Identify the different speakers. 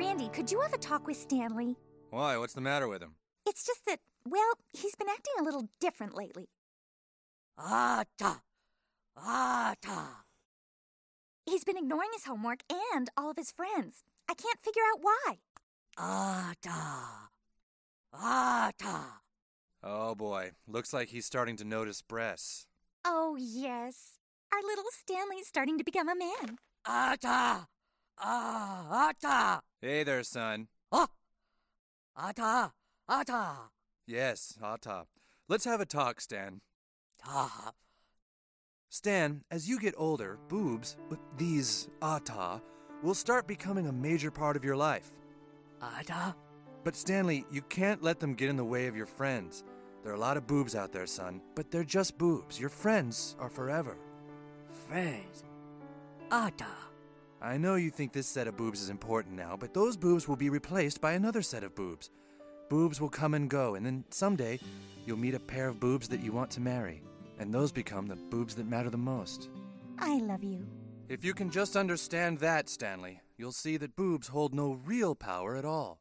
Speaker 1: Andy, could you have a talk with Stanley?
Speaker 2: Why? What's the matter with him?
Speaker 1: It's just that, well, he's been acting a little different lately.
Speaker 3: Ata. Ata.
Speaker 1: He's been ignoring his homework and all of his friends. I can't figure out why.
Speaker 3: Ata. Ata.
Speaker 2: Oh boy, looks like he's starting to notice breasts.
Speaker 1: Oh, yes. Our little Stanley's starting to become a man.
Speaker 3: Ata. Ah, Ata.
Speaker 2: Hey there, son.
Speaker 3: Ah. Ata. Ata.
Speaker 2: Yes, Ata. Let's have a talk, Stan.
Speaker 3: Ta.
Speaker 2: Stan, as you get older, boobs, with these Ata, will start becoming a major part of your life.
Speaker 3: Ata.
Speaker 2: But Stanley, you can't let them get in the way of your friends. There are a lot of boobs out there, son, but they're just boobs. Your friends are forever.
Speaker 3: Friends. Ata.
Speaker 2: I know you think this set of boobs is important now, but those boobs will be replaced by another set of boobs. Boobs will come and go, and then someday you'll meet a pair of boobs that you want to marry, and those become the boobs that matter the most.
Speaker 1: I love you.
Speaker 2: If you can just understand that, Stanley, you'll see that boobs hold no real power at all.